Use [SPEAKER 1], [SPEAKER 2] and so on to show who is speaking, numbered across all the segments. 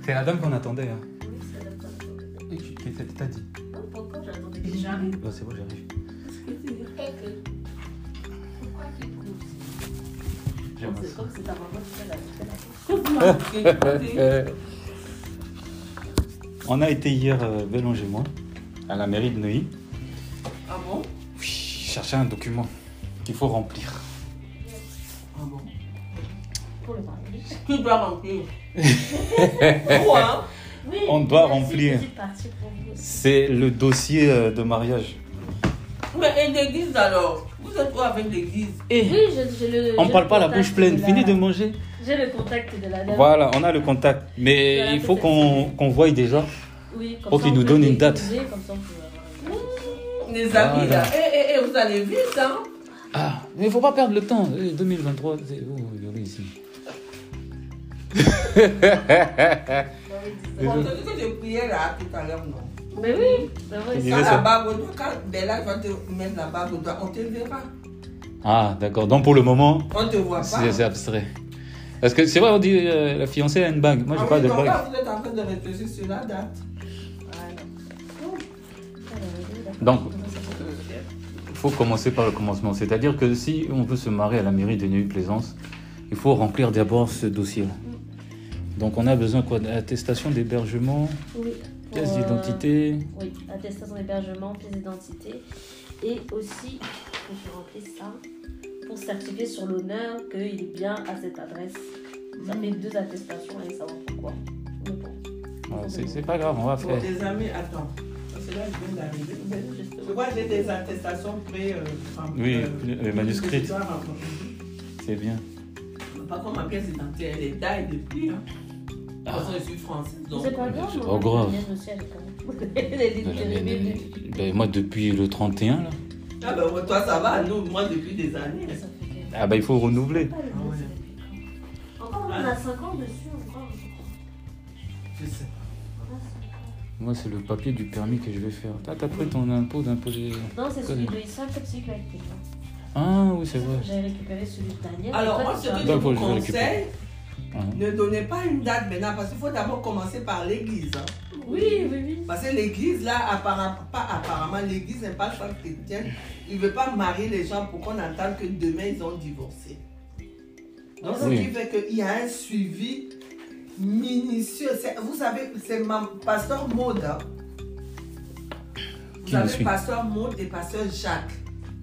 [SPEAKER 1] C'était la dame qu'on attendait. hein. Et tu- Qu'est-ce que t'as dit
[SPEAKER 2] Pourquoi j'attendais déjà
[SPEAKER 1] Non, c'est bon, j'arrive.
[SPEAKER 2] Pourquoi qu'il brûle
[SPEAKER 1] Je remercie.
[SPEAKER 2] C'est comme c'est ta maman qui fait la
[SPEAKER 1] Euh, On a été hier, euh, Bélange et moi, à la mairie de Neuilly,
[SPEAKER 2] Ah bon
[SPEAKER 1] Oui, chercher un document qu'il faut remplir.
[SPEAKER 2] Ah bon Tu dois remplir.
[SPEAKER 1] On doit remplir. C'est le dossier euh, de mariage.
[SPEAKER 2] Mais et l'église alors Vous êtes où avec l'église
[SPEAKER 1] Et
[SPEAKER 3] Oui, je, je Eh, le.
[SPEAKER 1] on
[SPEAKER 3] je
[SPEAKER 1] parle
[SPEAKER 3] le
[SPEAKER 1] pas la
[SPEAKER 3] contacte
[SPEAKER 1] bouche pleine, finis de manger.
[SPEAKER 3] J'ai le contact de la dame.
[SPEAKER 1] Voilà, on a le contact. Mais
[SPEAKER 3] Voilà,
[SPEAKER 1] il faut
[SPEAKER 3] peut-être.
[SPEAKER 1] qu'on qu'on voie déjà.
[SPEAKER 3] Oui, comme
[SPEAKER 1] Pour
[SPEAKER 3] ça,
[SPEAKER 1] qu'il
[SPEAKER 3] on
[SPEAKER 1] nous
[SPEAKER 3] peut
[SPEAKER 1] donne une date.
[SPEAKER 3] déguiser, comme ça, on peut avoir-
[SPEAKER 2] Les amis
[SPEAKER 1] Voilà.
[SPEAKER 2] là. Eh, eh, eh, vous allez vite hein
[SPEAKER 1] Ah, mais il faut pas perdre le temps. Eh, 2023, c'est oh, vous, regardez ici.
[SPEAKER 2] On te dit que je priais là tout à l'heure, non
[SPEAKER 3] Mais oui, bah c'est vrai.
[SPEAKER 1] Il
[SPEAKER 2] Quand
[SPEAKER 1] disait ça.
[SPEAKER 2] la bague au doigt, quand Bella va te mettre la bague au doigt, on te verra.
[SPEAKER 1] Ah, d'accord. Donc pour le moment,
[SPEAKER 2] On te voit pas.
[SPEAKER 1] c'est c'est abstrait. Parce que c'est vrai, on dit euh, la fiancée a une bague. Moi, j'ai
[SPEAKER 2] Ah
[SPEAKER 1] pas
[SPEAKER 2] oui,
[SPEAKER 1] de
[SPEAKER 2] donc
[SPEAKER 1] bague.
[SPEAKER 2] là, Vous êtes en train de réfléchir sur la date.
[SPEAKER 1] Donc, il faut commencer par le commencement. C'est-à-dire que si on veut se marier à la mairie de Neuilly-Plaisance, il faut remplir d'abord ce dossier-là. Donc, on a besoin quoi Attestation d'hébergement,
[SPEAKER 3] Oui.
[SPEAKER 1] pièce
[SPEAKER 3] Pour, euh,
[SPEAKER 1] d'identité.
[SPEAKER 3] Oui, attestation d'hébergement, pièce d'identité. Et aussi, il faut remplir ça pour certifier sur l'honneur qu'il est bien à cette adresse. Ça fait deux attestations et ça va pourquoi. Mais bon.
[SPEAKER 1] Ouais, c'est c'est pas grave, on va
[SPEAKER 2] Bon,
[SPEAKER 1] faire.
[SPEAKER 2] les amis, attends. Parce que là, je viens d'arriver.
[SPEAKER 3] Mais justement.
[SPEAKER 2] Je vois, j'ai des attestations pré. euh, en-
[SPEAKER 1] Oui,
[SPEAKER 2] euh,
[SPEAKER 1] les manuscrits,
[SPEAKER 2] que je dois rencontrer.
[SPEAKER 1] c'est bien.
[SPEAKER 2] Par contre, ma pièce d'identité, elle est taille depuis. Hein. De toute façon, je suis française. Donc,
[SPEAKER 3] C'est pas grave.
[SPEAKER 1] C'est pas
[SPEAKER 3] moi,
[SPEAKER 1] grave.
[SPEAKER 3] la mienne aussi, elle est comme- Elle
[SPEAKER 1] De
[SPEAKER 3] est
[SPEAKER 1] la
[SPEAKER 3] dérivée
[SPEAKER 1] mienne,
[SPEAKER 3] de-
[SPEAKER 1] euh, ben, moi, depuis le 31, là.
[SPEAKER 2] ah ben, ouais, toi, ça va. Nous, moi, depuis des années.
[SPEAKER 3] Ça fait que-
[SPEAKER 1] Ah, bah, il faut renouveler.
[SPEAKER 3] Ah, les
[SPEAKER 2] Ah ouais.
[SPEAKER 3] deux, ça fait que- Encore, on a 5 ans dessus, encore.
[SPEAKER 2] Je sais.
[SPEAKER 1] Moi, c'est le papier du permis que je vais faire. Ah, t'as pris ton impôt d'imposer.
[SPEAKER 3] Non, c'est celui de Issa, comme celui qui va être témoin.
[SPEAKER 1] Ah, oui, c'est vrai.
[SPEAKER 3] J'avais récupéré celui de Daniel.
[SPEAKER 2] Alors,
[SPEAKER 3] et toi,
[SPEAKER 2] moi,
[SPEAKER 3] tu
[SPEAKER 2] ce
[SPEAKER 3] as-
[SPEAKER 2] que je
[SPEAKER 1] Donc, faut
[SPEAKER 2] vous
[SPEAKER 1] que je le
[SPEAKER 2] conseille,
[SPEAKER 1] Ah.
[SPEAKER 2] ne donnez pas une date maintenant, parce qu'il faut d'abord commencer par l'église. hein.
[SPEAKER 3] Oui, oui, oui.
[SPEAKER 2] Parce que l'église, là, apparemment, pas apparemment, l'église n'est pas sans chrétienne. Il ne veut pas marier les gens pour qu'on entende que demain, ils ont divorcé. Donc, ce
[SPEAKER 1] Oui.
[SPEAKER 2] qui fait qu'il y a un suivi minutieux. C'est- Vous savez, c'est ma- pasteur Maud. hein.
[SPEAKER 1] Qui
[SPEAKER 2] Vous
[SPEAKER 1] le
[SPEAKER 2] avez
[SPEAKER 1] suit
[SPEAKER 2] pasteur Maud et pasteur Jacques.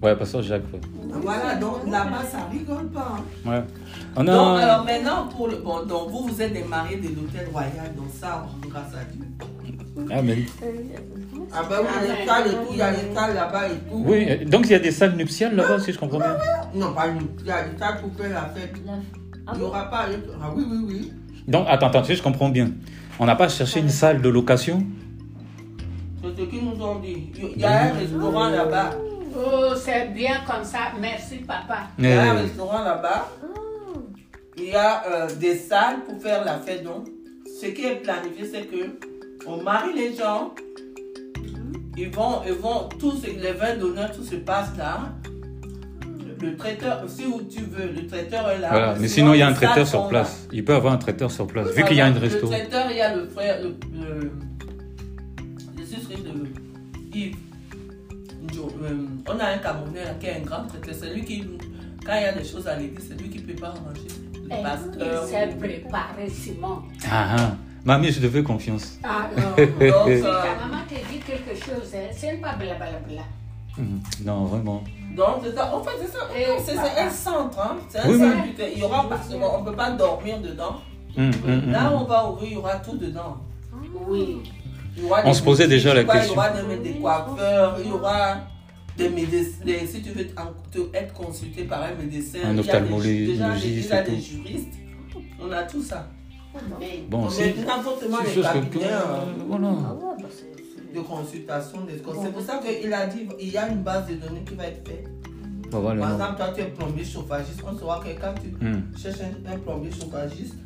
[SPEAKER 1] Ouais, pasteur Jacques. Ouais.
[SPEAKER 2] Voilà, donc là-bas, ça rigole pas. hein.
[SPEAKER 1] Ouais. Ah, On a.
[SPEAKER 2] Donc, alors maintenant, pour le, bon, donc vous, vous êtes des mariés de l'hôtel royal, donc ça, on rend grâce à Dieu.
[SPEAKER 1] Amen.
[SPEAKER 2] Ah ben oui, les salles et tout, il y a les salles là-bas et tout.
[SPEAKER 1] Oui, euh, donc il y a des salles nuptiales là-bas, si je comprends bien.
[SPEAKER 2] Non, pas nous. Il y a des salles pour faire la fête.
[SPEAKER 3] La- Ah
[SPEAKER 2] Il n'y
[SPEAKER 3] bon
[SPEAKER 2] aura pas. Ah oui, oui, oui.
[SPEAKER 1] Donc, attends, attends, si je comprends bien. On n'a pas cherché une salle de location
[SPEAKER 2] C'est ce qu'ils nous ont dit. Il y a un restaurant là-bas.
[SPEAKER 4] Oh, c'est bien comme ça. Merci, papa.
[SPEAKER 2] Il y a un
[SPEAKER 1] Euh,
[SPEAKER 2] restaurant là-bas.
[SPEAKER 3] Ah.
[SPEAKER 2] Il y a euh, des salles pour faire la fête. Donc, ce qui est planifié, c'est que on marie les gens. Ils vont, ils vont, tous les vins d'honneur, tout se passe là.
[SPEAKER 3] Ah.
[SPEAKER 2] Le traiteur, si où tu veux, le traiteur est là.
[SPEAKER 1] Voilà, mais sinon il y a un
[SPEAKER 2] les salles
[SPEAKER 1] traiteur sur
[SPEAKER 2] sont là.
[SPEAKER 1] place. Il peut avoir un traiteur sur place, vu
[SPEAKER 2] Voilà,
[SPEAKER 1] qu'il y a un
[SPEAKER 2] Ah, Le
[SPEAKER 1] restaurant.
[SPEAKER 2] traiteur, il y a le frère, le, le, le suscrit de Yves. Jo- euh, on a un Camerounais là, qui est un grand traiteur. C'est lui qui, quand il y a des choses à l'église, c'est lui qui prépare à manger. Le pasteur.
[SPEAKER 4] Eh, Il s'est préparé, Simon.
[SPEAKER 1] Ah, ah. Mamie, je te fais confiance.
[SPEAKER 4] Alors,
[SPEAKER 2] Donc,
[SPEAKER 4] si
[SPEAKER 2] euh,
[SPEAKER 4] ta maman te dit quelque chose, hein, c'est pas blablabla.
[SPEAKER 1] Mhm. Non, vraiment.
[SPEAKER 2] donc c'est ça. En fait, c'est ça.
[SPEAKER 4] Et
[SPEAKER 2] C'est
[SPEAKER 4] Eh, voilà.
[SPEAKER 2] c'est un centre. hein. C'est un
[SPEAKER 1] Oui,
[SPEAKER 2] centre.
[SPEAKER 4] oui.
[SPEAKER 2] que Il y aura pas seulement- on ne peut pas dormir dedans.
[SPEAKER 1] Mhm, mhm,
[SPEAKER 2] Là,
[SPEAKER 1] mhm.
[SPEAKER 2] on va ouvrir, il y aura tout dedans.
[SPEAKER 4] Oui.
[SPEAKER 2] Il y aura
[SPEAKER 1] On
[SPEAKER 2] des
[SPEAKER 1] se posait
[SPEAKER 2] boutiques,
[SPEAKER 1] déjà la
[SPEAKER 2] tu vois,
[SPEAKER 1] question.
[SPEAKER 2] Il y aura des, des coiffeurs, il y aura des médecins. des- Si tu veux en- te- être consulté par un médecin,
[SPEAKER 1] Un
[SPEAKER 2] il y a des-
[SPEAKER 1] ophtalmologiste
[SPEAKER 2] déjà, des-
[SPEAKER 1] et
[SPEAKER 2] déjà
[SPEAKER 1] tout.
[SPEAKER 2] des juristes. On a tout ça.
[SPEAKER 4] Mais
[SPEAKER 1] Bon,
[SPEAKER 2] On
[SPEAKER 1] si.
[SPEAKER 2] est n'importe comment
[SPEAKER 1] si
[SPEAKER 2] les
[SPEAKER 1] chose
[SPEAKER 2] cabinets
[SPEAKER 1] quelqu'un.
[SPEAKER 2] euh,
[SPEAKER 3] Ah
[SPEAKER 1] Voilà.
[SPEAKER 3] ouais, bah c'est- c'est-
[SPEAKER 2] hein, de consultation. des- C'est pour ça qu'il a dit il y a une base de données qui va être faite.
[SPEAKER 1] Bon, voilà,
[SPEAKER 2] Par
[SPEAKER 1] non.
[SPEAKER 2] exemple, toi, tu es plombier chauffagiste. On saura que quand tu
[SPEAKER 1] Mhm.
[SPEAKER 2] cherches un, un plombier chauffagiste,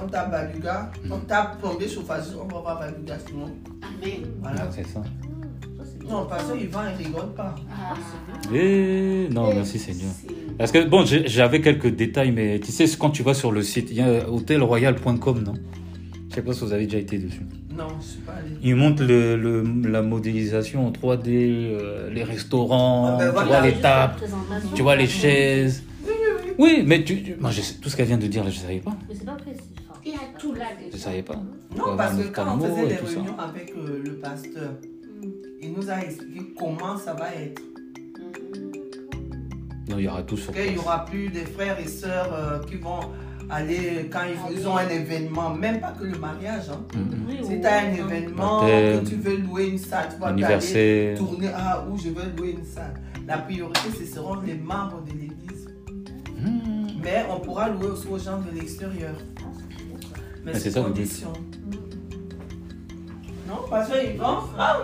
[SPEAKER 2] on tape Baluga, on tape plombier chauffagiste, on va voir Baluga sinon.
[SPEAKER 4] Amen.
[SPEAKER 2] Voilà.
[SPEAKER 1] Ah, C'est ça.
[SPEAKER 3] ça, c'est bien.
[SPEAKER 2] Non, parce qu'il vend, il rigole pas.
[SPEAKER 4] Ah,
[SPEAKER 1] Eh, non,
[SPEAKER 4] eh,
[SPEAKER 1] merci Seigneur.
[SPEAKER 4] si.
[SPEAKER 1] Parce que bon, j'ai- j'avais quelques détails, mais tu sais, quand tu vas sur le site, il y a hôtelroyal.com, non Je sais pas si vous avez déjà été dessus.
[SPEAKER 2] Non, je ne suis pas allée.
[SPEAKER 1] Ils montrent le, le- la modélisation en 3D, euh, les restaurants,
[SPEAKER 2] Ah ben
[SPEAKER 1] tu
[SPEAKER 2] voilà.
[SPEAKER 1] vois les
[SPEAKER 3] Juste la
[SPEAKER 1] tables,
[SPEAKER 3] présentation.
[SPEAKER 1] tu vois les chaises. Oui, mais tu, tu- moi, je sais- tout ce qu'elle vient de dire, là, je ne savais pas.
[SPEAKER 3] Mais c'est pas précis. enfin,
[SPEAKER 4] Il y a tout là
[SPEAKER 1] Je ne
[SPEAKER 4] déjà.
[SPEAKER 1] savais pas.
[SPEAKER 2] Non, parce que
[SPEAKER 1] Avoir
[SPEAKER 2] quand on
[SPEAKER 1] Nostalmo
[SPEAKER 2] faisait
[SPEAKER 1] et
[SPEAKER 2] les
[SPEAKER 1] tout ça.
[SPEAKER 2] réunions avec euh, le pasteur,
[SPEAKER 3] Mm.
[SPEAKER 2] il nous a expliqué comment ça va être.
[SPEAKER 1] Non, il y aura tout sur
[SPEAKER 2] Qu'il n'y
[SPEAKER 1] place.
[SPEAKER 2] aura plus des frères et sœurs euh, qui vont aller quand ils,
[SPEAKER 3] Ah,
[SPEAKER 2] ils ont un événement, même pas que le mariage. hein.
[SPEAKER 1] Mhm.
[SPEAKER 3] oui,
[SPEAKER 2] Si
[SPEAKER 3] ou-
[SPEAKER 2] tu as un événement,
[SPEAKER 1] Baptême,
[SPEAKER 2] que tu veux louer une salle, tu vas aller
[SPEAKER 1] Anniversaire.
[SPEAKER 2] tourner ah, où je veux louer une salle. La priorité, ce seront les membres de l'église.
[SPEAKER 1] Mhm.
[SPEAKER 2] Mais on pourra louer aussi aux gens de l'extérieur. Mais
[SPEAKER 1] Ah, c'est
[SPEAKER 2] c'est
[SPEAKER 1] ça, vous
[SPEAKER 2] condition. Non, parce qu'ils vont. Ah,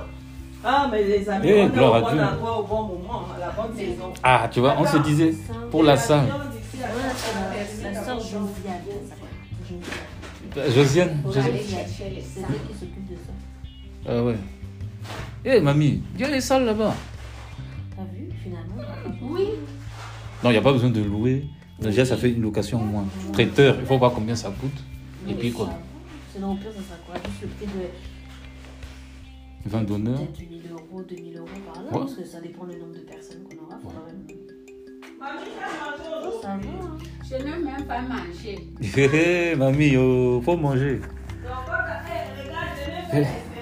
[SPEAKER 2] ah, mais les amis,
[SPEAKER 1] Eh,
[SPEAKER 2] on est au
[SPEAKER 1] gloire à
[SPEAKER 2] bon
[SPEAKER 1] Dieu.
[SPEAKER 2] endroit, au bon moment, à la bonne saison.
[SPEAKER 1] Ah, tu vois, on se disait, pour la salle,
[SPEAKER 3] Ouais, c'est la, la sœur Josiane. elle s'appelle. Josiane.
[SPEAKER 1] Josiane,
[SPEAKER 4] Pour
[SPEAKER 1] Josiane.
[SPEAKER 4] aller chercher les
[SPEAKER 3] C'est
[SPEAKER 4] sacs.
[SPEAKER 3] elle qui s'occupe de ça.
[SPEAKER 1] Ah ouais. Eh mamie, il y a les salles là-bas.
[SPEAKER 3] T'as vu, finalement
[SPEAKER 4] Oui,
[SPEAKER 1] Non, il n'y a pas besoin de louer. Déjà, ça fait une location au moins. Traiteur, il faut voir combien ça coûte. Et puis quoi
[SPEAKER 3] Sinon, au pire, ça sera quoi Juste le prix de
[SPEAKER 1] 20 donneurs.
[SPEAKER 3] peut-être 1000 euros, 2000 euros par là,
[SPEAKER 1] Ouais.
[SPEAKER 3] parce que ça dépend le nombre de personnes qu'on aura. Faut
[SPEAKER 1] Ouais.
[SPEAKER 3] quand même.
[SPEAKER 2] Mamie,
[SPEAKER 3] Ça va. hein.
[SPEAKER 4] je n'ai même pas mangé.
[SPEAKER 1] Hé hé, mamie, oh, Eh, faut manger.
[SPEAKER 2] eh, regarde, je vais faire
[SPEAKER 1] Eh.
[SPEAKER 2] euh,